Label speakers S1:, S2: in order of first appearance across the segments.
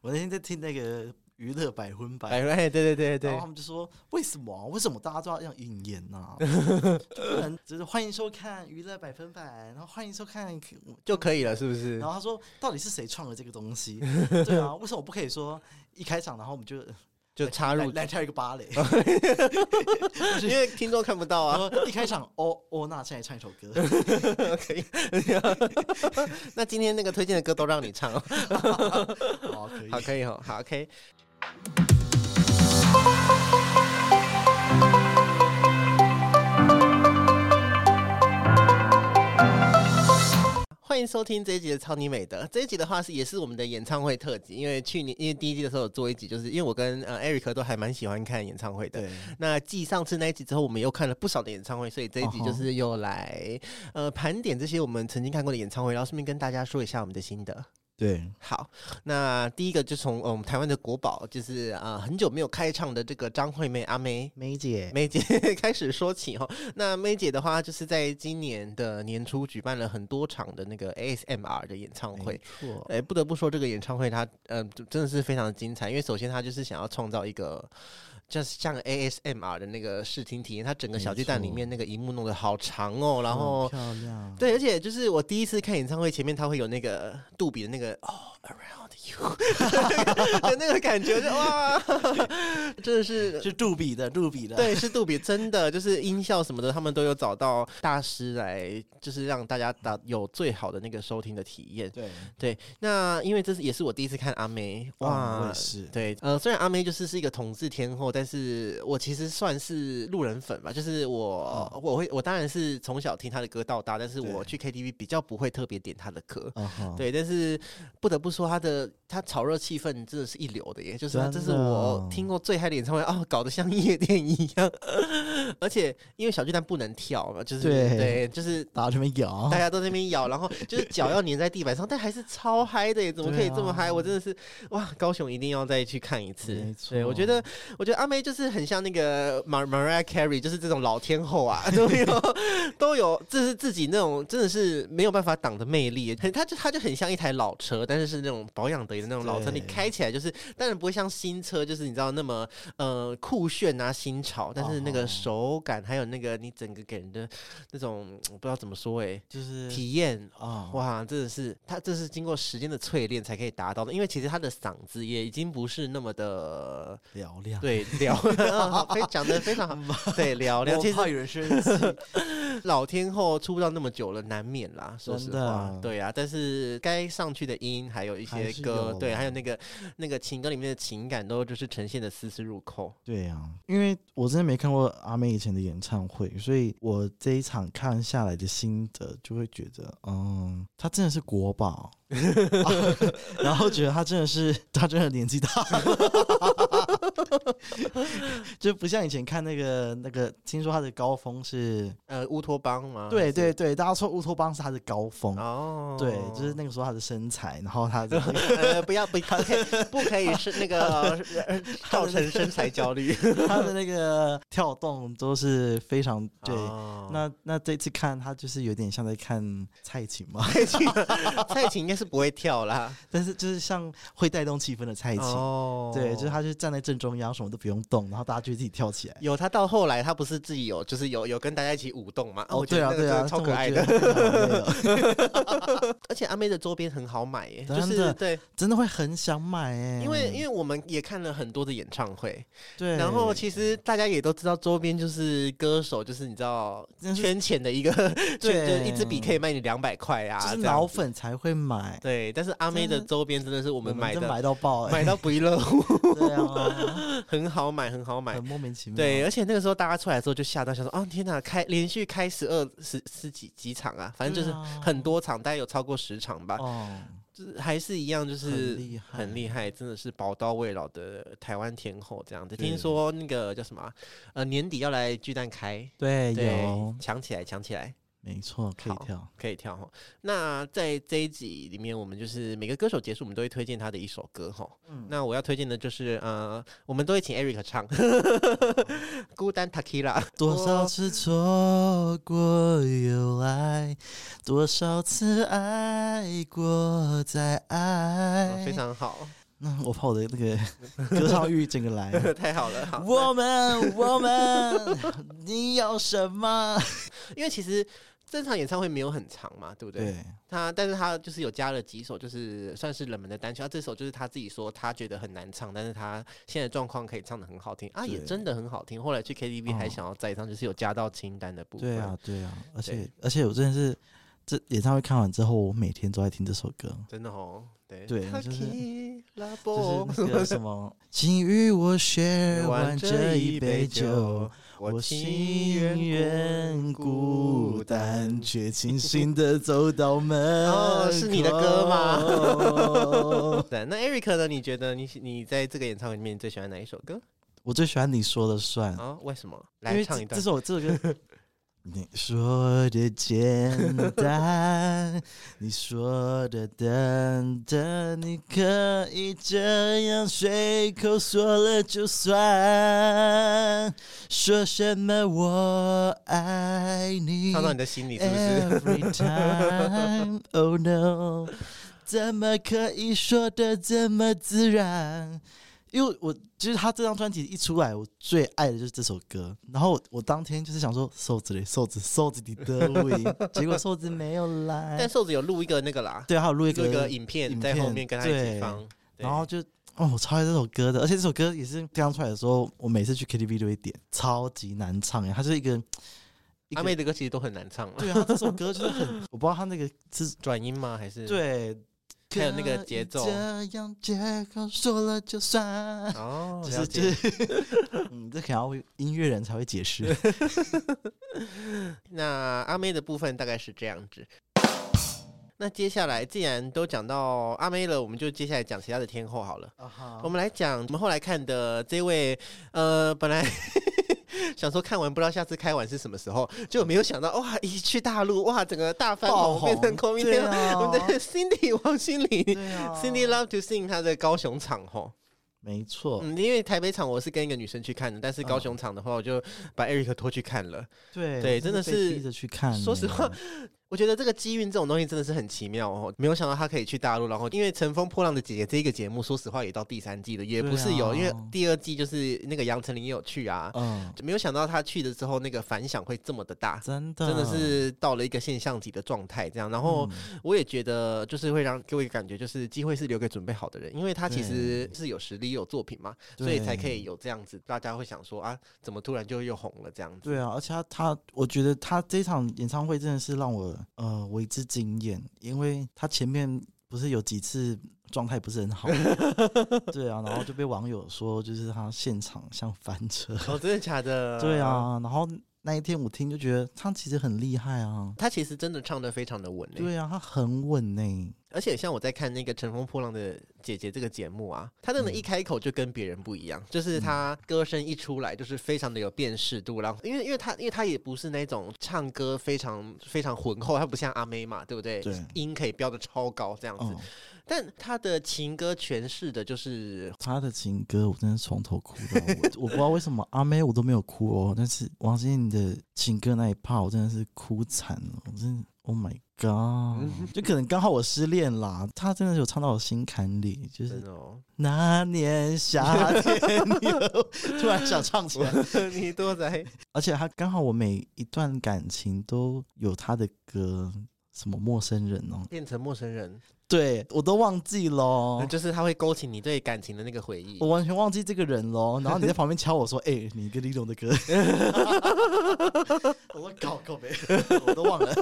S1: 我那天在听那个娱乐百分百，
S2: 哎，哎对对对
S1: 然
S2: 对
S1: 后他们就说为什么啊、为什么大家都要这样引言 呐、就不能就是欢迎收看娱乐百分百，然后欢迎收看
S2: 就可以了，是不是
S1: 然？后他说，到底是谁创了这个东 西？对啊，为什么不可以说一开场，然后我们就
S2: 就插
S1: 来
S2: 入，
S1: 来跳一个芭蕾？
S2: 因为听众看不到啊。
S1: 然后一开场，欧欧娜现在唱一首 歌，
S2: 可以。那今天那个推荐的歌都让你唱哦，
S1: 好，可以
S2: 好，。可以哦，好，OK。欢迎收听这一集的《超你美的》。这一集的话是也是我们的演唱会特辑，因为去年因为第一季的时候有做一集，就是因为我跟呃 Eric 都还蛮喜欢看演唱会的。
S1: 对，
S2: 那继上次那一集之后，我们又看了不少的演唱会，所以这一集
S1: 哦吼
S2: 就是又来呃盘点这些我们曾经看过的演唱会，然后顺便跟大家说一下我们的心得。
S1: 对，
S2: 好，那第一个就从呃我们、台湾的国宝，就是啊、呃很久没有开唱的这个张惠妹阿妹。
S1: 梅姐，
S2: 梅姐 开始说起哦，那梅姐的话，就是在今年的年初举办了很多场的那个 ASMR 的演唱会
S1: 没，错，
S2: 哎、不得不说这个演唱会它，呃，就真的是非常的精彩。因为首先它就是想要创造一个，就是像 ASMR 的那个视听体验，它整个小巨蛋里
S1: 没错
S2: 面那个荧幕弄得好长哦，然后
S1: 很。漂亮，
S2: 对，而且就是我第一次看演唱会，前面它会有那个杜比的那个哦、oh,，around you 的那个感觉，就哇， 真的是
S1: 是杜比的，杜比的，
S2: 对，是杜比，真的就是音效什么的，他们都有找到大师来，就是让大家达有最好的那个收听的体验。
S1: 对，
S2: 对，那因为这是也是我第一次看阿妹，
S1: 哇，
S2: 哇，
S1: 哦我也是，
S2: 对，呃，虽然阿妹就是是一个统治天后，但是我其实算是路人粉吧，就是我、我会我当然是从小听她的歌到大，但是我
S1: 嗯对
S2: 去 KTV 比较不会特别点她的歌。
S1: 啊哈，
S2: 对，但是不得不说，她的她炒热气氛真的是一流的耶，就是她
S1: 真
S2: 这是
S1: 的
S2: 我听过最嗨的演唱会啊，搞得像夜店一样。 而且因为小巨蛋不能跳嘛，就是
S1: 对
S2: 对，就是
S1: 打到这边摇
S2: 大，家都在那边咬，然后就是脚要粘在地板上，但还是超嗨的耶！怎么可以这么嗨？我真的是哇，高雄一定要再去看一次
S1: 没。错
S2: 对，我觉得，我觉得阿妹就是很像那个 Mar Mariah Carey，就是这种老天后啊， 都有都有，这是自己那种真的是没有办法挡的魅力。很，她就她就很像一台老车，但是是那种保养得宜的那种老车，
S1: 对
S2: 你开起来就是当然不会像新车，就是你知道那么呃酷炫啊新潮，但是那个
S1: 哦
S2: 手感还有那个你整个给人的那种我不知道怎么说哎、
S1: 就是
S2: 体验
S1: 啊，
S2: 哇，真的是他这是经过时间的淬炼才可以达到的，因为其实他的嗓子也已经不是那么的
S1: 嘹亮，
S2: 对 嘹，好非讲的非常好，对嘹亮。其
S1: 我
S2: 实
S1: 怕有人 生气，
S2: 老天后出道那么久了，难免啦，说实
S1: 真
S2: 话
S1: 的，
S2: 对啊。但是该上去的音，还有一
S1: 还
S2: 些
S1: 是
S2: 歌，
S1: 有
S2: 对，还有那个那个情歌里面的情感，都就是呈现的丝丝入扣。
S1: 对呀、因为我真的没看过阿妹以前的演唱会，所以我这一场看下来的心得就会觉得，嗯，她真的是国 宝，然后觉得她真的是，她真的年纪大了， 就不像以前看那个那个，听说她的高峰是，
S2: 呃，乌托邦吗？还
S1: 对
S2: 是
S1: 对，对，大家说乌托邦是她的高峰。
S2: 哦，
S1: 对，就是那个时候她的身材，然后她的、
S2: 呃，不要不不可以不可以是那 个呃造成身材焦虑。
S1: 她的那个跳动都是非常对，
S2: 哦
S1: 那那这次看他就是有点像在看蔡琴嘛，
S2: 蔡琴蔡琴应该是不会跳 啦。
S1: 但是就是像会带动气氛的蔡琴，
S2: 哦
S1: 对，就是他就站在正中央，什么都不用动，然后大家就自己跳起来。
S2: 有他到后来，他不是自己有就是有有跟大家一起舞动嘛？哦我觉
S1: 对
S2: 得
S1: 啊，
S2: 那个
S1: 对
S2: 真
S1: 啊，
S2: 的超
S1: 这
S2: 可
S1: 我
S2: 爱
S1: 觉
S2: 的。
S1: 得嗯很美了
S2: 而且阿妹的周边很好买耶，就
S1: 真
S2: 是
S1: 的
S2: 对，
S1: 真的会很想买哎、
S2: 因为因为我们也看了很多的演唱会，
S1: 对，
S2: 然后其实大家也都知道周边就是歌手就是你知道
S1: 真是
S2: 圈钱的一个，就
S1: 对
S2: 就一支笔可以卖你两百块啊，
S1: 就是
S2: 这样
S1: 脑
S2: 子。
S1: 粉才会买，
S2: 对，但是阿妹的
S1: 真的
S2: 周边真的是我
S1: 我
S2: 们
S1: 们
S2: 买
S1: 真
S2: 的
S1: 买到爆哎、
S2: 买到不亦乐乎，
S1: 对啊，
S2: 很好买，很好 买
S1: 很。莫名其妙。
S2: 对，而且那个时候大家出来的时候就吓到，想说啊天哪，开连续开十二十十几几场啊，反正就是
S1: 对啊
S2: 很多场，大概有超过十场吧，
S1: 哦，
S2: 就是还是一样，就是
S1: 很厉害
S2: 很厉害，真的是宝刀未老的台湾天后这样子。
S1: 对
S2: 听说那个叫什么啊，呃，年底要来巨蛋开，
S1: 对，
S2: 对
S1: 有，，
S2: 抢起来，抢起来。
S1: 没错，可以
S2: 好
S1: 跳。
S2: 可以跳哈。那在这一集里面，我们就是每个歌手结束，我们都会推荐他的一首歌哈。
S1: 嗯
S2: 那我要推荐的就是呃，我们都会请 Eric 唱
S1: 哦
S2: 《 孤单 Takira》。
S1: 多少次错过又爱，多少次爱过再
S2: 哦
S1: 爱，呃哎
S2: 非常好，
S1: 那我怕我的那个歌唱欲整个来了。
S2: 太好了，好。
S1: 我们，我们， 你要什么？
S2: 因为其实正常演唱会没有很长嘛，对不对？
S1: 对，
S2: 他，但是他就是有加了几首，就是算是冷门的单曲。他啊这首就是他自己说他觉得很难唱，但是他现在状况可以唱的很好听啊，
S1: 对
S2: 也真的很好听。后来去 KTV
S1: 哦
S2: 还想要再唱，就是有加到清单的部分。
S1: 对啊，，对啊，而且而且我真的是这演唱会看完之后，我每天都在听这首歌，
S2: 真的哦，对
S1: 对就是
S2: Taki 拉
S1: 就
S2: 波
S1: 是那个什么，请与我 share 完嗯这一杯酒，，我情愿孤单，却清醒的走到门
S2: 哦是你的歌
S1: 吗？
S2: 对，那 Eric 呢？你觉得你你在这个演唱会里面你最喜欢哪一首歌
S1: 我最喜欢你说了算，
S2: 啊？为什么？
S1: 因
S2: 来
S1: 为
S2: 唱
S1: 这
S2: 一段
S1: 这。首这首歌， 你说的简单，你说的等等，你可以这样随口说了就算，说什么我爱你。
S2: 唱到你的心里是不
S1: 哎
S2: 是？
S1: Every time, oh no，怎么可以说的这么自然？因为我就是他这张专辑一出来，我最爱的就是这首歌。然后我我当天就是想说，瘦子嘞，瘦子，瘦子你的 位，结果瘦子没有
S2: 但
S1: 来。
S2: 瘦子有录一个那个啦，
S1: 对，还有录一
S2: 录一个
S1: 个，
S2: 影片
S1: 影
S2: 在后
S1: 片
S2: 面跟他一起
S1: 对
S2: 放，对
S1: 然后就哦，我超爱这首歌的。而且这首歌也是刚出来的时候，我每次去 KTV 都会点，超级难唱耶。它是一个，一
S2: 阿
S1: 个
S2: 妹的歌其实都很难唱了，
S1: 对啊，这首歌就是很， 我不知道他那个是
S2: 转音吗？还是？
S1: 对，
S2: 还有那个
S1: 可以
S2: 节奏
S1: 这样借口说了就算，
S2: 哦，
S1: 就
S2: 了
S1: 是
S2: 解
S1: 就是， 嗯，这可能要会音乐人才会解 释。
S2: 那阿妹的部分大概是这样子。那接下来既然都讲到阿妹了，我们就接下来讲其他的天后好了。我
S1: 我
S2: 们来讲我们后来看的这位，呃，本来 想说看完不知道下次开完是什么时候，就没有想到哇，一去大陆哇，整个大翻
S1: 爆
S2: 红
S1: 红
S2: 变成 c o m
S1: 对啊，哦
S2: 我们的 Cindy 王心凌
S1: 对啊
S2: ，Cindy Love to Sing 她的高雄场吼，
S1: 没错，
S2: 嗯，因为台北场我是跟一个女生去看的，
S1: 哦
S2: 但是高雄场的话，我就把 Eric 拖去看了。
S1: 对
S2: 对
S1: 我
S2: 真的
S1: 被
S2: 是
S1: 逼着去看欸。
S2: 说实话我觉得这个机运这种东西真的是很奇妙哦，没有想到他可以去大陆，然后因为《乘风破浪的姐姐》这一个节目，说实话也到第三季了，也不是
S1: 对
S2: 有，
S1: 啊
S2: 因为第二季就是那个杨丞琳也有去啊，
S1: 嗯，
S2: 就没有想到他去了之后那个反响会这么的大。
S1: 真的
S2: 真的是哦到了一个现象级的状态，这样，然后
S1: 嗯
S2: 我也觉得就是会让给我一个感觉，就是机会是留给准备好的人，因为他其实是有实力、有作品嘛，所以才可以。
S1: 对
S2: 有这样子，大家会想说啊，怎么突然就又红了这样子？
S1: 对啊，而且他他，我觉得他这场演唱会真的是让我呃为之惊艳，因为他前面不是有几次状态不是很好，对啊，然后就被网友说就是他现场像翻车，
S2: 哦，真的假的？
S1: 对，啊，然后那一天我听就觉得他其实很厉害啊，
S2: 他其实真的唱的非常的稳、欸，
S1: 对啊，他很稳呢、
S2: 而且像我在看那个《乘风破浪的姐姐》这个节目啊，她真的，
S1: 嗯
S2: 一开口就跟别人不一样，就是她歌声一出来，就是非常的有辨识度。然后，因为因为她因为她也不是那种唱歌非常非常浑厚，她不像阿妹嘛，对不对？
S1: 对
S2: 音可以飙的超高这样子，
S1: 哦，
S2: 但她的情歌诠释的就是
S1: 他的情歌我真的从头哭到尾，我 不知道为什么阿妹我都没有哭哦，但是王心凌的情歌那一趴我真的是哭惨了，我真的 Oh my God，就可能刚好我失恋啦，他真的有唱到我心坎里，就
S2: 真
S1: 是
S2: 的哦，
S1: 那年夏天，你又 突然想唱起来，
S2: 你多在
S1: 而且他刚好我每一段感情都有他的歌，什么陌生人哦，
S2: 变成陌生人，
S1: 对我都忘记喽，
S2: 就是她会勾起你对感情的那个回忆
S1: 我。完全忘记这个人 喽。然后你在旁边敲我说：“哎、你跟李总的歌。”我说：“搞搞呗，我都忘了。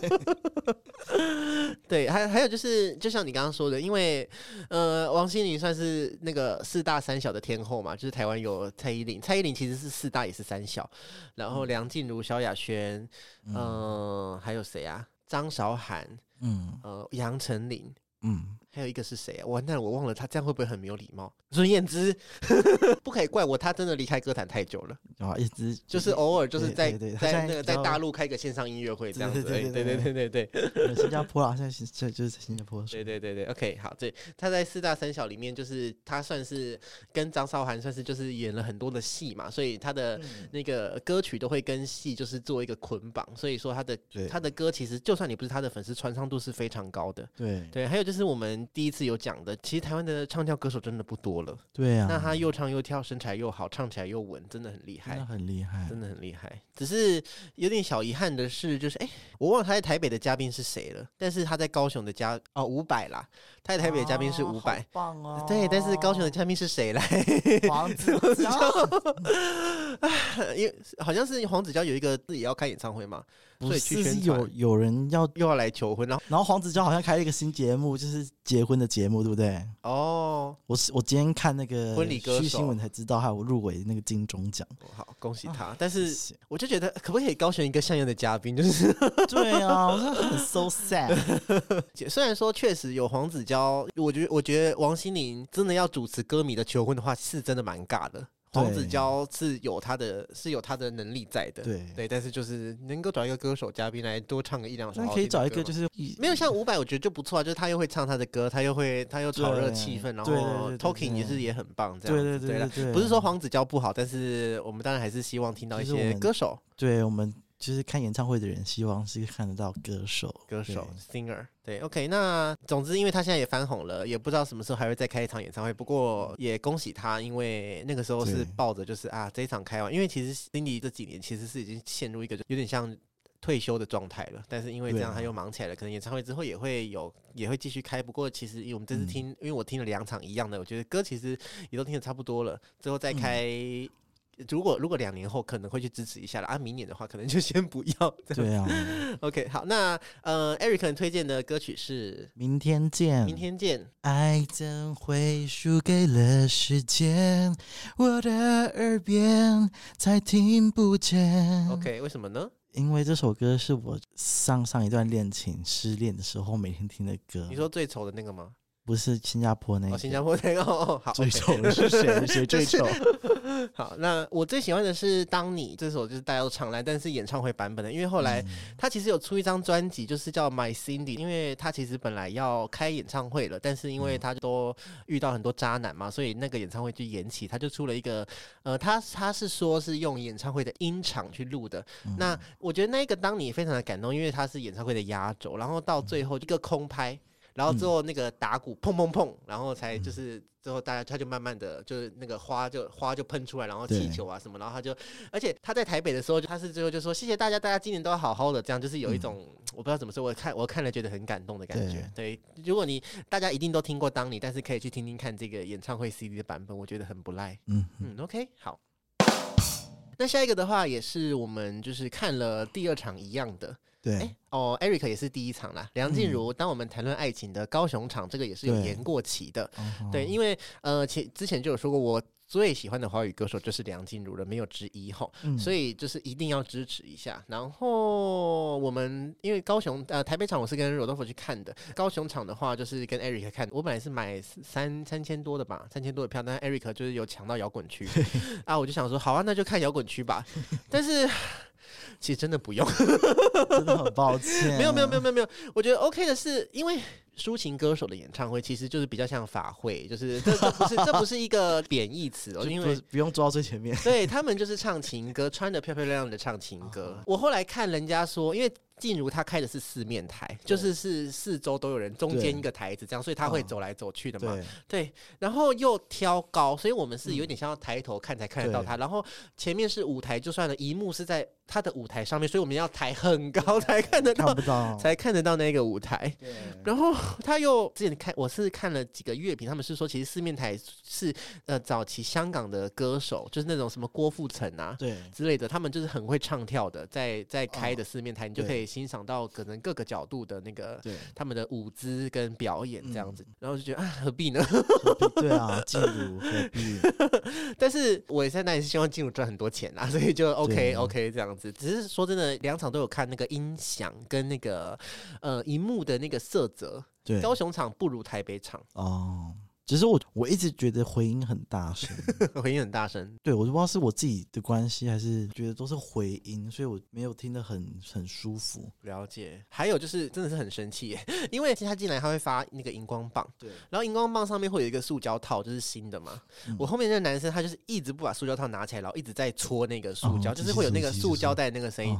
S2: 对，还还有就是，就像你刚刚说的，因为呃，王心凌算是那个四大三小的天后嘛，就是台湾有蔡依林，蔡依林其实是四大也是三小，然后梁静茹、萧亚轩，嗯、
S1: 嗯
S2: 还有谁啊？张韶涵，
S1: 嗯
S2: 呃，杨丞琳。
S1: 嗯，
S2: 还有一个是谁啊？完蛋了，我忘了她这样会不会很没有礼貌？孙燕姿， 不可以怪我，她真的离开歌坛太久了，
S1: 然啊后一直
S2: 就是哦偶尔就是
S1: 对
S2: 在
S1: 对对她现
S2: 在
S1: 在
S2: 那个
S1: 比
S2: 在
S1: 较
S2: 大陆开个线上音乐会这样子而
S1: 对
S2: 已，
S1: 对对
S2: 对对
S1: 对
S2: 对对对，
S1: 新加坡啦，啊 现在新现在就是在新加坡。
S2: 对对对对，OK，好，对，他在四大三小里面，就是他算是跟张韶涵算是就是演了很多的戏嘛，所以他的
S1: 嗯
S2: 那个歌曲都会跟戏就是做一个捆绑，所以说他的
S1: 对
S2: 他的歌其实就算你不是他的粉丝，传唱度是非常高的。
S1: 对
S2: 对，还有就是我们前第一次有讲的，其实台湾的唱跳歌手真的不多了。
S1: 对啊，
S2: 那他又唱又跳，身材又好，唱起来又稳，真的很厉
S1: 真的
S2: 害。
S1: 很厉害
S2: 真。的很厉害，只是有点小遗憾的是，就是哎、我忘了他在台北的嘉宾是谁了，但是他在高雄的嘉哦五百啦，他在台北的嘉宾是
S1: 啊
S2: 五百、
S1: 好棒哦。
S2: 对，但是高雄的嘉宾是谁来？
S1: 黄子佼，
S2: 因为好像是黄子佼有一个自己要开演唱会嘛，
S1: 不
S2: 所以去
S1: 是
S2: 宣
S1: 是
S2: 传
S1: 有有人要，
S2: 又要来求婚，然后
S1: 然后黄子佼好像开了一个新节目，就是结婚的节目，对不对？
S2: 哦，
S1: 我是我今天看那个
S2: 婚礼歌
S1: 虚
S2: 手
S1: 新闻才知道，还有入围那个金钟奖。
S2: 好恭喜
S1: 啊
S2: 他，但是
S1: 是，
S2: 我就觉得可不可以高雄一个像样的嘉宾，就是
S1: 对啊，我真的 很 so sad。
S2: 虽然说确实有黄子佼，我觉得我觉得王心凌真的要主持歌迷的求婚的话，是真的蛮尬的。
S1: 对
S2: 黄子佼是有他的是有他的能力在的，
S1: 对
S2: 但是就是能够找一个歌手嘉宾来多唱个一两首好
S1: 那
S2: 听的歌嘛，
S1: 可以找一个就是
S2: 没有像伍佰，我觉得就不错啊，就是他又会唱他的歌，他又会他又炒热
S1: 对
S2: 气氛，然
S1: 对对
S2: 后
S1: 对对
S2: talking
S1: 对
S2: 也是也很棒，这样
S1: 对
S2: 子
S1: 对
S2: 对啦
S1: 对对，
S2: 不是说黄子佼不好，但是我们当然还是希望听到一
S1: 就是我
S2: 些
S1: 们
S2: 歌手
S1: 对我们就是看演唱会的人，希望是看得到歌手
S2: 歌手
S1: 对
S2: singer 对，OK，那总之，因为他现在也翻红了，也不知道什么时候还会再开一场演唱会。不过也恭喜他，因为那个时候
S1: 对
S2: 是抱着就是啊，这一场开完，因为其实 Cindy 这几年其实是已经陷入一个有点像退休的状态了。但是因为这
S1: 对啊
S2: 样他又忙起来了，可能演唱会之后也会有也会继续开。不过其实因为我们这次
S1: 嗯
S2: 听，因为我听了两场一样的，我觉得歌其实也都听的差不多了，之后再开。
S1: 嗯
S2: 如果如果两年后可能会去支持一下了啊，明年的话可能就先不要这样
S1: 对 啊，
S2: OK，好，那呃，Eric 推荐的歌曲是
S1: 明天
S2: 《
S1: 见。
S2: 明天见》。
S1: 爱怎会输给了时间？我的耳边才听不见。
S2: OK，为什么呢？
S1: 因为这首歌是我上上一段恋情失恋的时候每天听的歌。
S2: 你说最丑的那个吗？
S1: 不是新加坡那个？
S2: 哦，新加坡那个。哦，好，
S1: 哎最
S2: OK
S1: 丑的是谁？谁最
S2: 就是
S1: 丑？
S2: 好，那我最喜欢的是《当你》这首，就是大家都常来，但是演唱会版本的，因为后来他其实有出一张专辑，就是叫《My Cindy》，因为他其实本来要开演唱会了，但是因为他都遇到很多渣男嘛，所以那个演唱会就延期，他就出了一个呃，他他是说是用演唱会的音场去录的。那我觉得那一个当你非常的感动，因为他是演唱会的压轴，然后到最后一个空拍。然后之后那个打鼓砰砰砰，然后才就是之后大家他就慢慢的就是那个花就花就喷出来，然后气
S1: 对
S2: 球啊什么，然后他就而且他在台北的时候，他是最后就说谢谢大家，大家今年都要好好的，这样就是
S1: 嗯
S2: 有一种、我不知道怎么说，我看我看了觉得很感动的感觉。对，如果你大家一定都听过《当你》，但是可以去听听看这个演唱会 CD 的版本，我觉得很不赖。
S1: 嗯，
S2: 嗯，OK，好。那下一个的话，也是我们就是看了第二场一样的，哎、
S1: 对，
S2: 哦，Eric 也是第一场啦。梁静
S1: 嗯
S2: 茹，当我们谈论爱情的高雄场，这个也是有
S1: 对
S2: 延过期的，
S1: 哦
S2: 对，因为呃，前之前就有说过，我最喜欢的华语歌手就是梁静茹了，没有之一吼。
S1: 嗯
S2: 所以就是一定要支持一下。然后我们因为高雄呃台北场我是跟柔豆腐去看的，高雄场的话就是跟 Eric 看的。我本来是买三三千多的吧，三千多的票，但是 Eric 就是有抢到摇滚 区啊，我就想说好啊，那就看摇滚区吧。但是其实真的不用，
S1: 真的很抱歉。
S2: 没有没有没有没有没有，我觉得 OK 的是，因为抒情歌手的演唱会其实就是比较像法会，就是这这不是这不是一个贬义词 哦，
S1: 就
S2: 因
S1: 不
S2: 为
S1: 不用坐到最前面。
S2: 对他们就是唱情歌，穿的漂漂亮亮的唱情歌
S1: 啊。
S2: 我后来看人家说，因为静茹她开的是四面台，就是是四周都有人，中间一个台子这样，所以她会
S1: 嗯
S2: 走来走去的嘛。
S1: 对，
S2: 对，然后又挑高，所以我们是有点像要抬头看才看得到
S1: 对
S2: 她。然后前面是舞台，就算了，一幕是在她的舞台上面，所以我们要抬很高才看得
S1: 看
S2: 到，
S1: 不到。
S2: 才看得到那个舞台。
S1: 对
S2: 然后 他又之前看，我是看了几个乐评，他们是说，其实四面台是呃早期香港的歌手，就是那种什么郭富城啊
S1: 对
S2: 之类的，他们就是很会唱跳的，在在开的
S1: 哦
S2: 四面台，你就可以欣赏到可能各个角度的那个
S1: 对
S2: 他们的舞姿跟表演这样子，
S1: 嗯
S2: 然后就觉得啊何必呢？
S1: 何必对啊，静茹何必？
S2: 但是我也在那里是希望进入赚很多钱啦，所以就 OK
S1: 对
S2: OK 这样子。只是说真的，两场都有看那个音响跟那个呃荧幕的那个色泽，
S1: 对
S2: 高雄场不如台北场。
S1: 哦，只是我我一直觉得回音很大声，
S2: 回音很大声。
S1: 对我就不知道是我自己的关系，还是觉得都是回音，所以我没有听得很很舒服。
S2: 了解，还有就是真的是很生气耶， 因为他进来他会发那个荧光棒，
S1: 对，
S2: 然后荧光棒上面会有一个塑胶套，就是新的嘛。
S1: 嗯
S2: 我后面那个男生他就是一直不把塑胶套拿起来，然后一直在戳那个塑胶，
S1: 哦
S2: 就是会有那个塑胶袋那个
S1: 嗯
S2: 声音。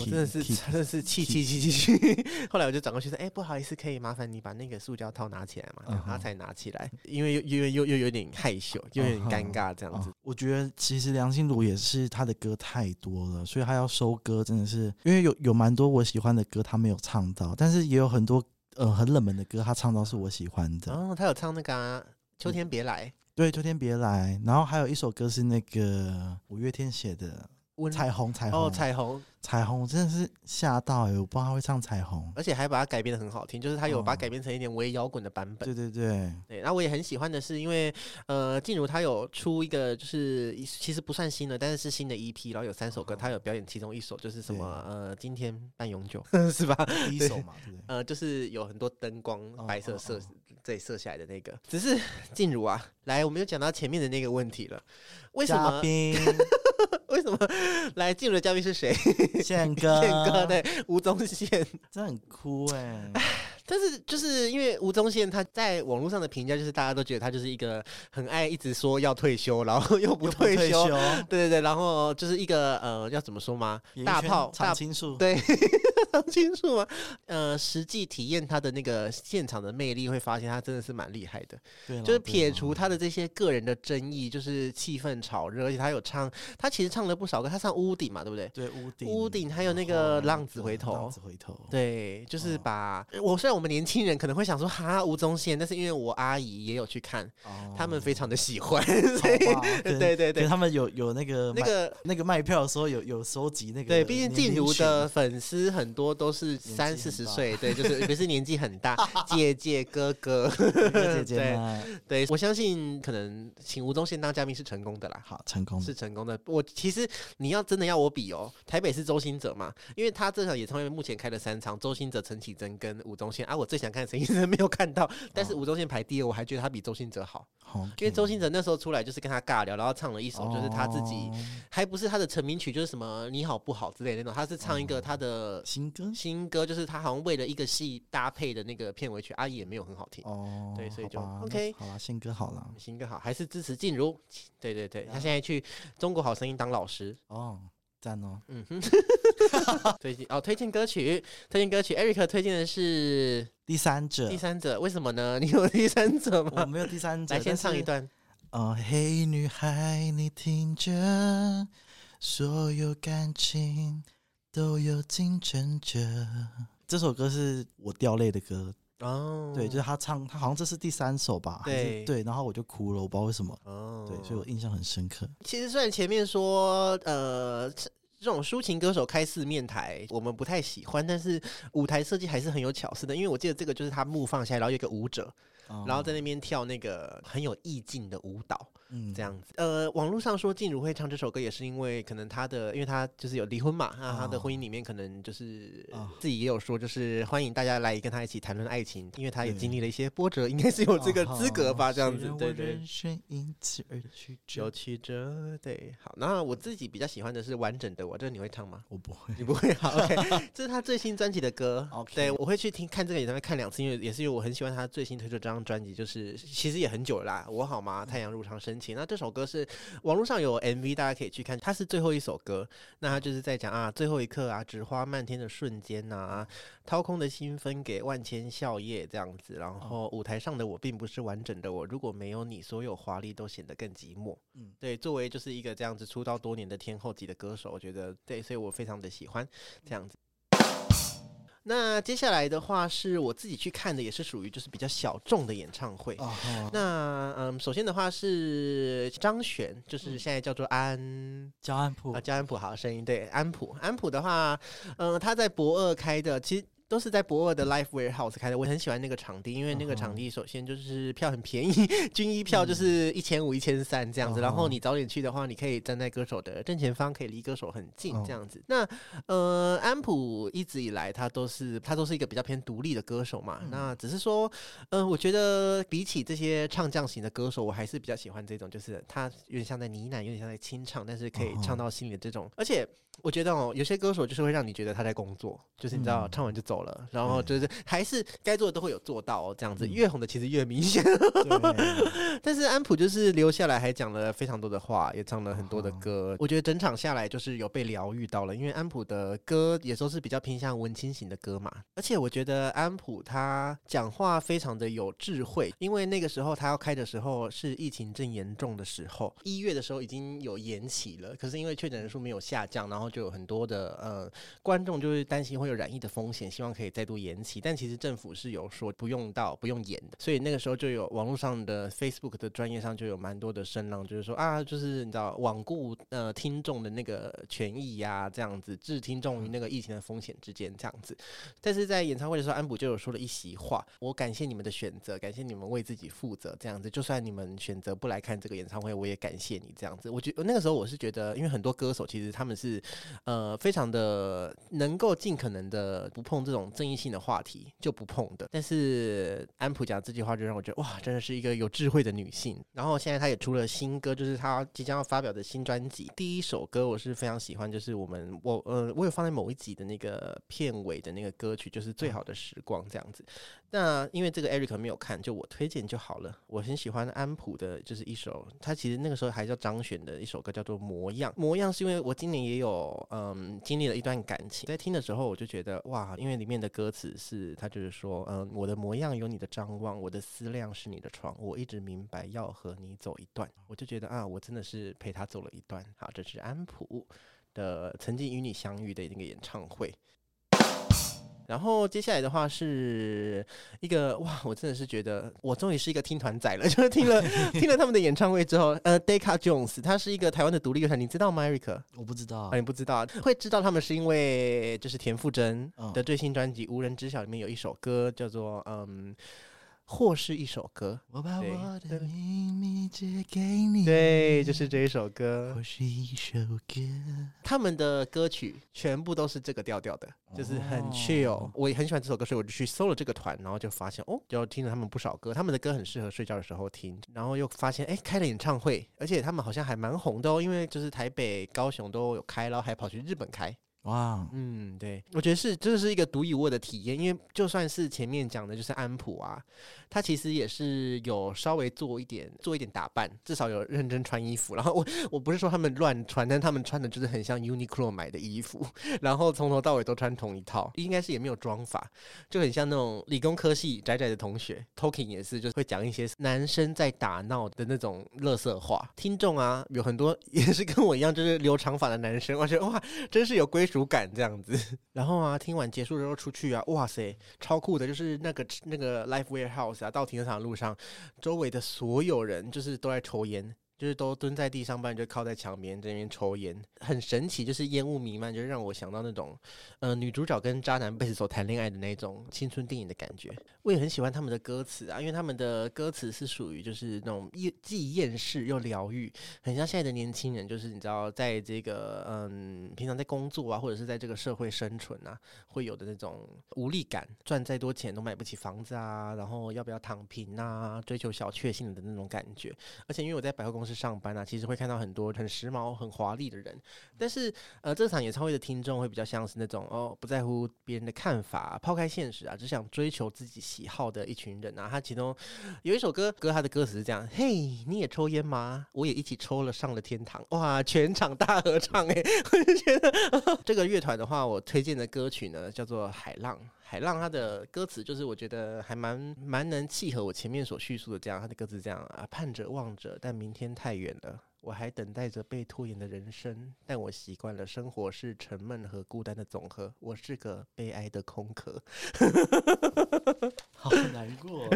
S2: 我真的是真的是气气气气气！ 后来我就转过去说：“哎、不好意思，可以麻烦你把那个塑胶套拿起来嘛。”
S1: 嗯
S2: 然
S1: 哼
S2: 后他才拿起来，因为又因为又又又有点害羞，又有点尴尬这样子
S1: 哦。我觉得其实梁心如也是她的歌太多了，所以她要收歌真的是，因为有有蛮多我喜欢的歌她没有唱到，但是也有很多呃很冷门的歌她唱到是我喜欢的。
S2: 然后他有唱那个、啊《秋天别来》，
S1: 对，秋天别来，然后还有一首歌是那个五月天写的
S2: 温
S1: 《彩虹》，彩虹，
S2: 哦彩虹，
S1: 彩虹，我真的是吓到哎、我不知道他会唱彩虹。
S2: 而且还把它改编的很好听，就是他有
S1: 哦
S2: 把它改编成一点微摇滚的版本。
S1: 对对对，
S2: 对，然后我也很喜欢的是，因为呃，静茹她有出一个，就是其实不算新的，但是是新的 EP，然后有三首
S1: 哦
S2: 歌，她有表演其中一首，就是什么呃，今天半 永久是吧？
S1: 第一首嘛，对不对？
S2: 呃，就是有很多灯光
S1: 哦
S2: 白色
S1: 哦
S2: 射
S1: 哦
S2: 对射下来的那个。只是静茹啊，来，我们又讲到前面的那个问题了， 为什
S1: 嘉
S2: 么？
S1: 宾
S2: 为什么来静茹的嘉宾是谁？
S1: 宪哥，
S2: 宪哥，对，吴宗宪。
S1: 真的很酷哎、
S2: 但是就是因为吴宗宪他在网络上的评价，就是大家都觉得他就是一个很爱一直说要退休，然后又不
S1: 又不
S2: 退休，
S1: 休，
S2: 对对对，然后就是一个呃，要怎么说吗？
S1: 演艺
S2: 大
S1: 圈
S2: 炮
S1: 常
S2: 大
S1: 青树，
S2: 对，讲清楚吗？呃，实际体验他的那个现场的魅力，会发现他真的是蛮厉害的。
S1: 哦对啦，
S2: 就是
S1: 对
S2: 撇
S1: 啦
S2: 除他的这些个人的争议，就是气氛炒热，而且他有唱，他其实唱了不少歌，他唱屋顶嘛，对不对？
S1: 对屋顶，
S2: 屋顶还有
S1: 然
S2: 那个
S1: 后
S2: 浪子
S1: 对
S2: 回头
S1: 浪子回头，
S2: 对，就是
S1: 哦
S2: 把、我虽然我们年轻人可能会想说哈吴宗宪，但是因为我阿姨也有去看，
S1: 哦，
S2: 他们非 常的喜欢，
S1: 好
S2: 所以
S1: 吧
S2: 对对对
S1: 他们有有那个
S2: 那
S1: 卖
S2: 个
S1: 那个卖票的时候有有收集那个
S2: 对，毕竟
S1: 年
S2: 静
S1: 龄
S2: 茹
S1: 群
S2: 的粉丝很多都是
S1: 纪
S2: 三四
S1: 很
S2: 十
S1: 大
S2: 岁，对，就是不是年纪很 大，姐姐哥哥，
S1: 那个姐姐
S2: 对
S1: 们，
S2: 对我相信可能请吴宗宪当嘉宾是成功的啦。
S1: 好成功，
S2: 是成功的。我其实你要真的要我比哦，台北是周兴哲嘛，因为他这场演唱会目前开了三场，周兴哲、陈绮贞跟吴宗宪啊。我最想看陈绮贞 没有看到，但是
S1: 哦
S2: 吴宗宪排第二，我还觉得他比周兴哲好，
S1: 好，
S2: 因为周兴哲那时候出来就是跟他尬聊，然后唱了一首就是他自己
S1: 哦
S2: 还不是他的成名曲，就是什么你好不好之类的那种，他是唱一
S1: 哦
S2: 个他的
S1: 新歌
S2: 新歌，就是他好像为了一个戏搭配的那个片尾曲，阿姨也没有很好听。
S1: 哦，
S2: 对所以
S1: 好
S2: 就
S1: 吧那
S2: OK
S1: 好啦，宪哥好啦，
S2: 新歌好，还是支持静茹？对对对，
S1: 啊
S2: 他现在去中国好声音当老师。
S1: 哦，赞哦，
S2: 嗯哼， 推荐哦，推荐歌曲，推荐歌曲，Eric 推荐的是
S1: 第三者，
S2: 《第三者》，为什么呢？ 你有《第三者》
S1: 我
S2: 吗？
S1: 没有哦第三者，
S2: 来，先
S1: 但是
S2: 唱一。段。
S1: 哦，嘿，女孩，你听着，所有感情都有竞争者。这首歌是我掉泪的歌，
S2: 哦，
S1: 对，就是他唱，他好像这是第三首吧，还是
S2: 对
S1: 对，然后我就哭了，我不知道为什么，
S2: 哦，
S1: 对，所以我印象很深刻。
S2: 其实虽然前面说，呃。这这种抒情歌手开四面台，我们不太喜欢，但是舞台设计还是很有巧思的。因为我记得这个就是他幕放下来，然后有一个舞者，
S1: 哦
S2: 然后在那边跳那个很有意境的舞蹈，
S1: 嗯
S2: 这样子。呃，网络上说静茹会唱这首歌，也是因为可能她的，因为她就是有离婚嘛，那她的
S1: 哦
S2: 婚姻里面可能就是、
S1: 哦
S2: 自己也有说，就是欢迎大家来跟她一起谈论爱情，因为她也
S1: 对
S2: 经历了一些波折，应该是有这
S1: 哦
S2: 个资格吧，这样子，对对。
S1: 人生因此而曲折，
S2: 有曲折，对，好。那我自己比较喜欢的是完整的我，这个你会唱吗？
S1: 我不 会。哦
S2: 你不会，好，OK。这是他最新专辑的歌哦
S1: OK
S2: 对我会去听看这个演唱会看两次，因为也是因为我很喜欢他最新推出的这张专辑，就是其实也很久了啦，我好吗？太阳入常深情。那这首歌是网络上有 MV，大家可以去看，它是最后一首歌。那他就是在讲啊，最后一刻啊，纸花漫天的瞬间呐、啊掏空的心分给万千笑靥这样子。然后舞台上的我并不是完整的我，如果没有你，所有华丽都显得更寂寞。嗯
S1: 嗯，
S2: 对，作为就是一个这样子出道多年的天后级的歌手，我觉得对，所以我非常的喜欢这样子。那接下来的话是我自己去看的，也是属于就是比较小众的演唱会。
S1: 啊哈
S2: 那嗯，首先的话是张悬，就是现在叫做安、
S1: 教安普
S2: 哦呃啊，叫安普好声音，对安普，安普的话，嗯、他在博二开的，其实都是在博尔的 Life Warehouse 开的，我很喜欢那个场地，因为那个
S1: 嗯哼
S2: 场地首先就是票很便宜，军医票就是一千五、一千三这样子，
S1: 嗯
S2: 然后
S1: 哼
S2: 你早点去的话，你可以站在歌手的正前方，可以离歌手很近
S1: 嗯
S2: 这样子。那呃，安普一直以来他都是他都是一个比较偏独立的歌手嘛，那只是说，嗯，我觉得比起这些唱将型的歌手，我还是比较喜欢这种，就是他有点像在呢喃，有点像在清唱，但是可以
S1: 嗯哼
S2: 唱到心里的这种，而且我觉得哦，有些歌手就是会让你觉得他在工作，就是你知道、
S1: 嗯
S2: 唱完就走了，然后
S1: 对
S2: 就是还是该做的都会有做到哦，这样子。
S1: 嗯
S2: 越红的其实越明显，
S1: 对，
S2: 但是安普就是留下来还讲了非常多的话，也唱了很多的
S1: 哦
S2: 歌。我觉得整场下来就是有被疗愈到了，因为安普的歌也都是比较偏向文青型的歌嘛。而且我觉得安普他讲话非常的有智慧，因为那个时候他要开的时候是疫情正严重的时候，一月的时候已经有延期了，可是因为确诊人数没有下降，然后就有很多的呃观众就是担心会有染疫的风险，希望可以再度延期。但其实政府是有说不用到不用延呃的，所以那个时候就有网络上的 Facebook 的专业上就有蛮多的声浪，就是说啊，就是你知道罔顾呃听众的那个权益呀、这样子置呃听众于那个疫情的风险之间这样子。但是在演唱呃会的时候，安普就有说了一席话：我感谢你们的选择，感谢你们为自己负责，这样子。就算你们选择不来看啊这个演唱会，我也感谢你这样子。我觉那个时候我是觉得，因为很多歌手其实他们是呃，非常的能够尽可能的不碰这种争议性的话题就不碰的。但是安普讲这句话，就让我觉得哇，真的是一个有智慧的女性。然后现在她也出了新歌，就是她即将要发表的新专辑。第一首歌我是非常喜欢，就是我们我呃，我有放在某一集的那个片尾的那个歌曲，就是《最好的时光》这样子。那因为这个 Eric 没有看，就我推荐就好了。我很喜欢安普的，就是一首，他其实那个时候还叫张悬的一首歌，叫做《模样》。模样是因为我今年也有嗯经历了一段感情，在听的时候我就觉得哇，因为里面的歌词是他就是说，嗯，我的模样有你的张望，我的思量是你的床，我一直明白要和你走一段，我就觉得啊，我真的是陪他走了一段。好，这是安普的曾经与你相遇的那个演唱会。然后接下来的话是一个哇，我真的是觉得我终于是一个听团仔了， 就是听了听了他们的演唱会之后，呃，Decca Jones，他是一个台湾的独立乐团，你知道吗，Eric？
S1: 我不知道
S2: 啊，，你不知道啊，会知道他们是因为就是田馥甄
S1: 嗯
S2: 的最新专辑《无人知晓》里面有一首歌叫做嗯，或是一首歌，
S1: 我把
S2: 对
S1: 我
S2: 对
S1: 的秘密借给你，
S2: 对，就是这一首 歌
S1: 我。是一首歌，
S2: 他们的歌曲全部都是这个调调的，就是很
S1: 哦
S2: chill、我也很喜欢这首歌，所以我就去搜了这个团，然后就发现哦，就听了他们不少歌，他们的歌很适合睡觉的时候听。然后又发现哎，开了演唱会，而且他们好像还蛮红的哦，因为就是台北、高雄都有开，然后还跑去日本开。
S1: 哇，
S2: 嗯，对，我觉得是这是一个独一无二的体验，因为就算是前面讲的就是安普啊，他其实也是有稍微做一点做一点打扮，至少有认真穿衣服。然后我我不是说他们乱穿，但他们穿的就是很像 Uniqlo 买的衣服，然后从头到尾都穿同一套，应该是也没有装法，就很像那种理工科系宅宅的同学。Talking 也是，就是会讲一些男生在打闹的那种乐色话。听众啊，有很多 也是跟我一样，就是留长发的男生，我觉得哇，真是有归属感这样子。 然后啊，听完结束之后出去啊，哇塞，超酷的！就是那个那个 Life Warehouse 啊，到停车场的路上，周围的所有人就是都在抽烟。就是都蹲在地上，不然就靠在墙边这边抽烟，很神奇。就是烟雾弥漫，就是让我想到那种，呃，女主角跟渣男贝斯手谈恋爱的那种青春电影的感觉。我也很喜欢他们的歌词啊，因为他们的歌词是属于就是那种厌既厌世又疗愈，很像现在的年轻人，就是你知道，在这个嗯，平常在工作啊，或者是在这个社会生存啊，会有的那种无力感，赚再多钱都买不起房子啊，然后要不要躺平啊，追求小确幸的那种感觉。而且因为我在百货公司上班啊，其实会看到很多很时髦、很华丽的人，但是呃，这场演唱会的听众会比较像是那种哦，不在乎别人的看法、抛开现实啊，只想追求自己喜好的一群人啊。他其中有一首歌，歌它的歌词是这样：嘿，你也抽烟吗？我也一起抽了，上了天堂。哇，全场大合唱哎、我就觉得这个乐团的话，我推荐的歌曲呢叫做《海浪》。海浪，它的歌词就是我觉得还蛮蛮能契合我前面所叙述的这样，它的歌词这样啊，盼着望着，但明天太远了，我还等待着被拖延的人生，但我习惯了生活是沉闷和孤单的总和，我是个悲哀的空壳。
S1: 好难 过，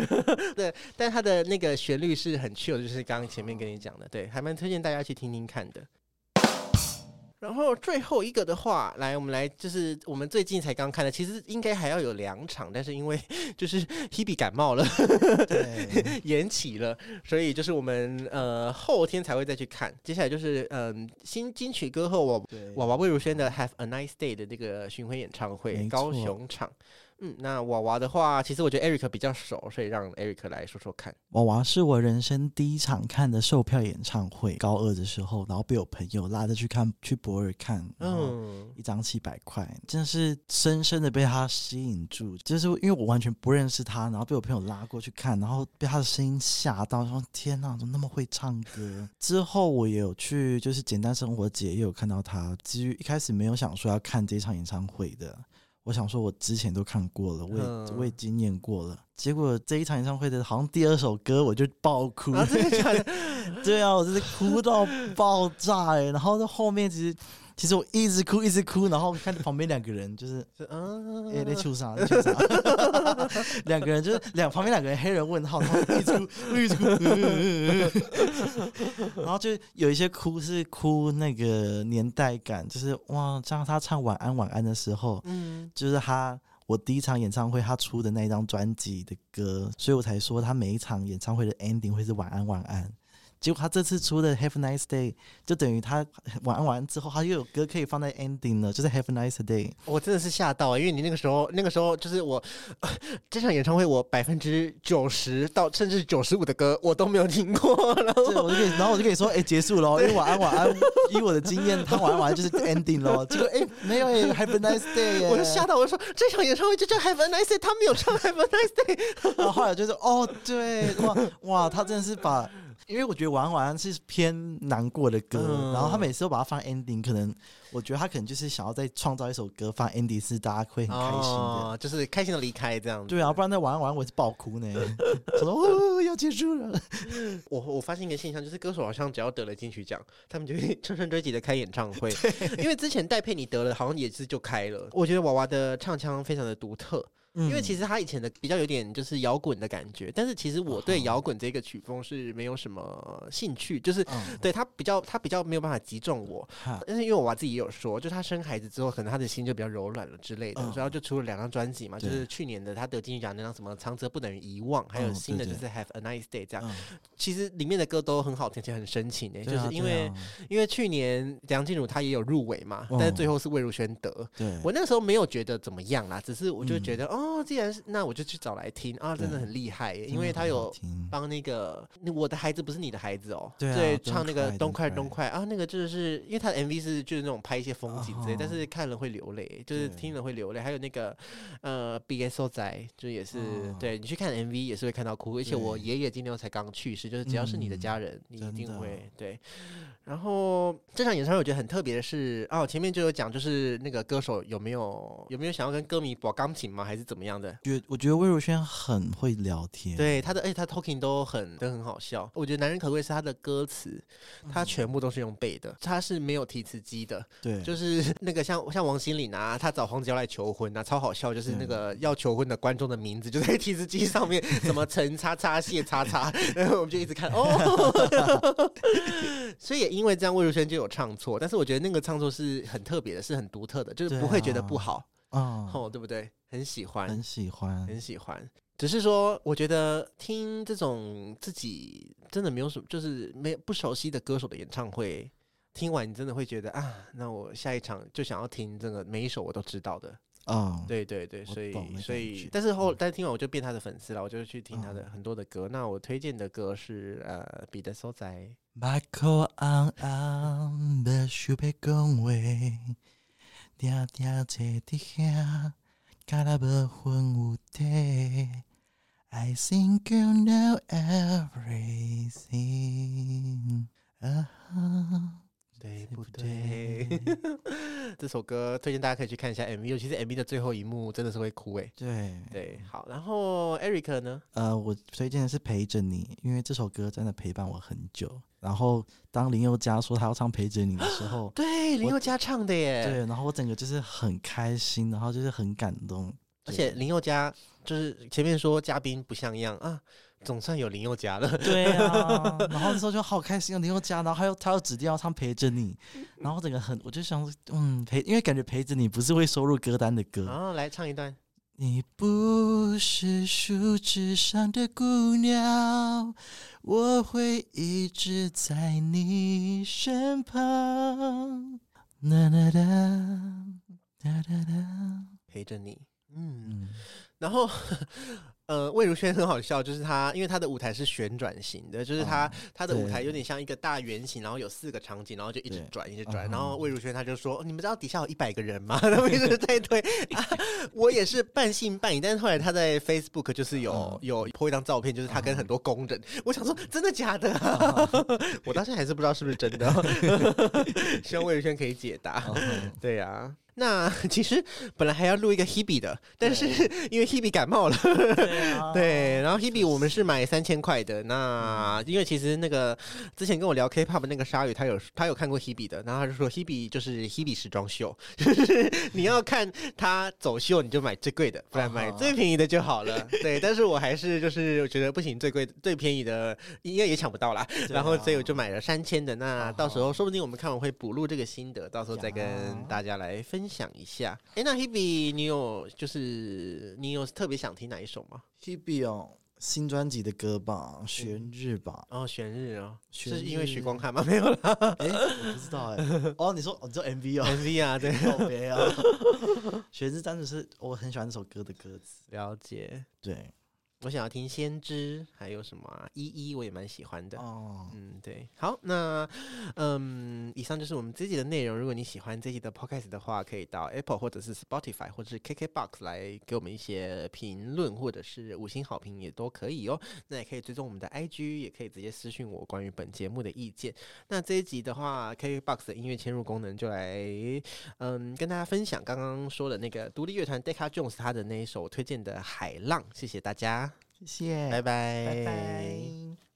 S2: 但它的那个旋律是很 chill，的就是刚刚前面跟你讲的，对，还蛮推荐大家去听听看的。然后最后一个的话，来，我们来就是我们最近才刚看的，其实应该还要有两场，但是因为 就是 Hebe 感冒了，
S1: 对，
S2: 延期了，所以就是我们呃后天才会再去看。接下来就是嗯、新金曲歌后我
S1: 对
S2: 娃娃魏如萱的《Have a Nice Day》的这个巡回演唱会，
S1: 没错
S2: 高雄场。嗯，那娃娃的话，其实我觉得 Eric 比较熟，所以让 Eric 来说说看。
S1: 娃娃是我人生第一场看的售票演唱会，高二的时候，然后被我朋友拉着去看，去博尔看，嗯，
S2: 嗯，
S1: 一张七百块，真的是深深的被他吸引住，就是因为我完全不认识他，然后被我朋友拉过去看，然后被他的声音吓到，说天哪，怎么那么会唱歌？之后我也有去，就是简单生活节也有看到他，至于一开始没有想说要看这场演唱会的。我想说，我之前都看过了，我也、
S2: 嗯
S1: 我也经验过了。结果这一场演唱会的，好像第二首歌我就爆哭了
S2: 啊，真的假的？
S1: 对啊，我真是哭到爆炸哎、然后在后面其实，其实我一直哭一直哭，然后看着旁边两个人就是
S2: 是啊，
S1: 哎在出啥在出啥， 两个人就是两旁边两个人黑人问号，然后一直哭一直哭，然后就有一些哭是哭那个年代感，就是哇，像他唱晚安晚安的时候，
S2: 嗯，
S1: 就是他我第一场演唱会他出的那一张专辑的歌，所以我才说他每一场演唱会的 ending 会是晚安晚安。结果他这次出的 Have a Nice Day，就等于他晚安晚安之后，他又有歌可以放在 ending 了，就是 Have a Nice Day。
S2: 我真的是吓到、因为你那个时候，那个时候就是我呃这场演唱会，我百分之九十到甚至九十五的歌我都没有听过， 然后
S1: 对，我就可以，然后我就可以说，哎、结束了，因为晚安晚安，以我的经验，他晚安晚安就是 ending 咯。结果哎、没有哎、h a v e a Nice Day 耶
S2: 我就吓到，我就说这场演唱会就叫 Have a Nice Day，他没有唱 Have a Nice Day，
S1: 然后后来就是哦，对，哇哇，他真的是把，因为我觉得晚安晚安是偏难过的歌，
S2: 嗯
S1: 然后他每次都把它放 ending，可能我觉得他可能就是想要再创造一首歌放 ending 是大家会很开心的。
S2: 哦，就是开心的离开这样子。
S1: 对啊，不然在晚安晚安我是爆哭呢，我说哦要结束了，
S2: 我我发现一个现象，就是歌手好像只要得了金曲奖，他们就会乘胜追击的开演唱会。因为之前戴佩妮得了，好像也是就开了。我觉得娃娃的唱腔非常的独特， 因为其
S1: 实
S2: 实他以前的比较有点就是摇滚的感觉，但是其实我
S1: 啊
S2: 对摇滚这个曲风是没有什么兴趣，就是
S1: 嗯
S2: 对他比较他比较没有办法击中我。
S1: 哈
S2: 但是因为我娃自己也有说，就他生孩子之后，可能他的心就比较柔软了之类的，
S1: 嗯
S2: 所以他就出了两张专辑嘛，就
S1: 对
S2: 是去年的他得金曲奖那张什么《长泽不等于遗忘》，还有
S1: 嗯
S2: 新的就
S1: 对
S2: 是《Have a Nice Day》这样。
S1: 嗯
S2: 其实里面的歌都很好听，而且很深情诶、
S1: 对
S2: 就
S1: 啊
S2: 是因
S1: 对
S2: 为、
S1: 啊
S2: 因为去年梁静茹她也有入围嘛，但
S1: 哦
S2: 是最后是魏如萱得。
S1: 对，啊
S2: 我那时候没有觉得怎么样啦，只是我就觉得、哦，既然是那我就去找来听啊，真的
S1: 嗯对
S2: 很厉害耶、
S1: 真
S2: 因为
S1: 的
S2: 她
S1: 很好
S2: 有
S1: 听
S2: 帮那个那我的孩子不是你的孩子哦，
S1: 嗯对啊
S2: 唱那
S1: Don't
S2: 个
S1: Cry,
S2: 东快
S1: Don't
S2: 东快啊，那个就是因为他的 MV 是就是那种拍一些风景之类，
S1: 啊哈
S2: 但是看了会流泪，就是
S1: 对
S2: 听了会流泪。还有那个呃 BSO 仔，就也是、
S1: 哦
S2: 对你去看 MV 也是会看到哭，而且
S1: 对
S2: 我爷爷今天才刚去世，就是只要是你的
S1: 嗯
S2: 家人，你一
S1: 真
S2: 定
S1: 的
S2: 会对。然后这场演唱会我觉得很特别的是，哦，前面就有讲，就是那个歌手有没有有没有想要跟歌迷保钢琴吗，还是怎么样的？
S1: 觉我觉得魏如萱很会聊天，
S2: 对他的，而且他 talking 都很都很好笑。我觉得《男人可贵》是他的歌词，
S1: 嗯
S2: 他全部都是用背的，他是没有提词机的。
S1: 对，
S2: 就是 那个像像王心凌啊，他找黄子佼来求婚啊，超好笑。就是那
S1: 对
S2: 个要求婚的观众的名字就在提词机上面，什么陈叉叉谢叉叉，然后我们就一直看哦。 所以也因为这样，魏如萱就有唱错，但是我觉得那个唱错是很特别的，是很独特的，就是
S1: 对
S2: 不会觉得不
S1: 啊
S2: 好、
S1: 啊、
S2: 哦，对不对？很喜欢，
S1: 很喜欢，
S2: 很喜欢。只是说，我觉得听这种自己真的没有什么，就是没不熟悉的歌手的演唱会，听完你真的会觉得啊，那我下一场就想要听这个每一首我都知道的。
S1: 啊、
S2: 对对对，
S1: 我
S2: 所以
S1: 懂那
S2: 所
S1: 感
S2: 以
S1: 觉，
S2: 但是后
S1: 嗯
S2: 但是听完我就变他的粉丝了，我就去听他的
S1: 嗯
S2: 很多的歌。那我推荐的歌是呃彼得收仔，
S1: 目眶红红，要想要讲话，定定坐伫遐，敢若无分有体。I think you know everything 啊哈。
S2: 对不对？ 这首歌推荐大家可以去看一下 MV，尤其是 MV 的最后一幕，真的是会哭诶、
S1: 对，
S2: 对，好，然后 Eric 呢？，
S1: 呃，我推荐的是《陪着你》，因为这首歌真的陪伴我很久。然后当林宥嘉说他要唱《陪着你》的时候
S2: 对，林
S1: 我
S2: 宥嘉唱的耶。
S1: 对，然后我整个就是很开心，然后就是很感动。
S2: 而且林宥嘉就是前面说嘉宾不像样啊，总算有林宥嘉了。
S1: 对啊，然后那时候就好开心，林宥嘉，然后还有他又指定要唱《陪着你》，然后整个很，我就想说，嗯，陪，因为感觉《陪着你》不是会收入歌单的歌。
S2: 啊，来唱一段。
S1: 你不是树枝上的孤鸟，我会一直在你身旁。啦啦啦，啦啦啦，
S2: 陪着你。嗯，
S1: 嗯，
S2: 然后。呃，魏如萱很好笑，就是她，因为她的舞台是旋转型的，就是她她、的舞台
S1: 哦对
S2: 有点像一个大圆形，然后有四个场景，然后就一直
S1: 对
S2: 转，一直转。
S1: 嗯
S2: 然后魏如萱她就说：“哦你们知道底下有一百个人吗？” 他们一直在推、啊，我也是半信半疑。但是后来她在 Facebook 就是有、
S1: 嗯
S2: 有 po 一张照片，就是她跟
S1: 哦
S2: 很多工人，我想说真的假的、啊？ 我到现在还是不知道是不是真 的哦，希望魏如萱可以解答。
S1: 然后
S2: 对呀、那 其实本来还要录一个 Hebe 的，但是 因为 Hebe 感冒了，
S1: 对啊，
S2: 对，然后 Hebe 我们是买三千块的。
S1: 嗯
S2: 那因为其实那个之前跟我聊 K-pop 那个鲨鱼，他有他有看过 Hebe 的，然后他就说 Hebe 就是 Hebe 时装秀， 就是你要看他走秀，你就买最贵的，不然买
S1: 啊哈
S2: 最便宜的就好了。对，但是我还是就是觉得不行，最贵最便宜的应该也抢不到啦。
S1: 对
S2: 然后
S1: 啊
S2: 所以我就买了三千的。那
S1: 啊
S2: 到时候说不定我们看完会补录这个心得，到时候再跟
S1: 呀
S2: 大家来分享一下。哎，那 Hebe 你有就是你有特别想听哪一首吗？
S1: Hebe 哦，新专辑的歌吧，《悬日》吧，
S2: 哦，玄日哦，
S1: 玄
S2: 是因为许
S1: 日
S2: 光汉 吗？没有啦
S1: 哎、我不知道哎、哦，你说哦，你说 MV 哦，
S2: ，MV 啊，对，
S1: 告别啊，悬日单纯是我很喜欢这首歌的歌词，
S2: 了解。
S1: 对，
S2: 我想要听先知，还有什么啊？依依我也蛮喜欢的。
S1: 哦，
S2: 嗯，对，好，那嗯，以上就是我们这集的内容。如果你喜欢这集的 podcast 的话，可以到 Apple 或者是 Spotify 或者是 KKBox 来给我们一些评论或者是五星好评也都可以哦。那也可以追踪我们的 IG，也可以直接私讯我关于本节目的意见。那这一集的话，KKBox 的音乐嵌入功能就来嗯跟大家分享刚刚说的那个独立乐团 Decca Jones 他的那一首推荐的《海浪》，谢谢大家，
S1: 谢谢，
S2: 哎拜拜，
S1: 拜拜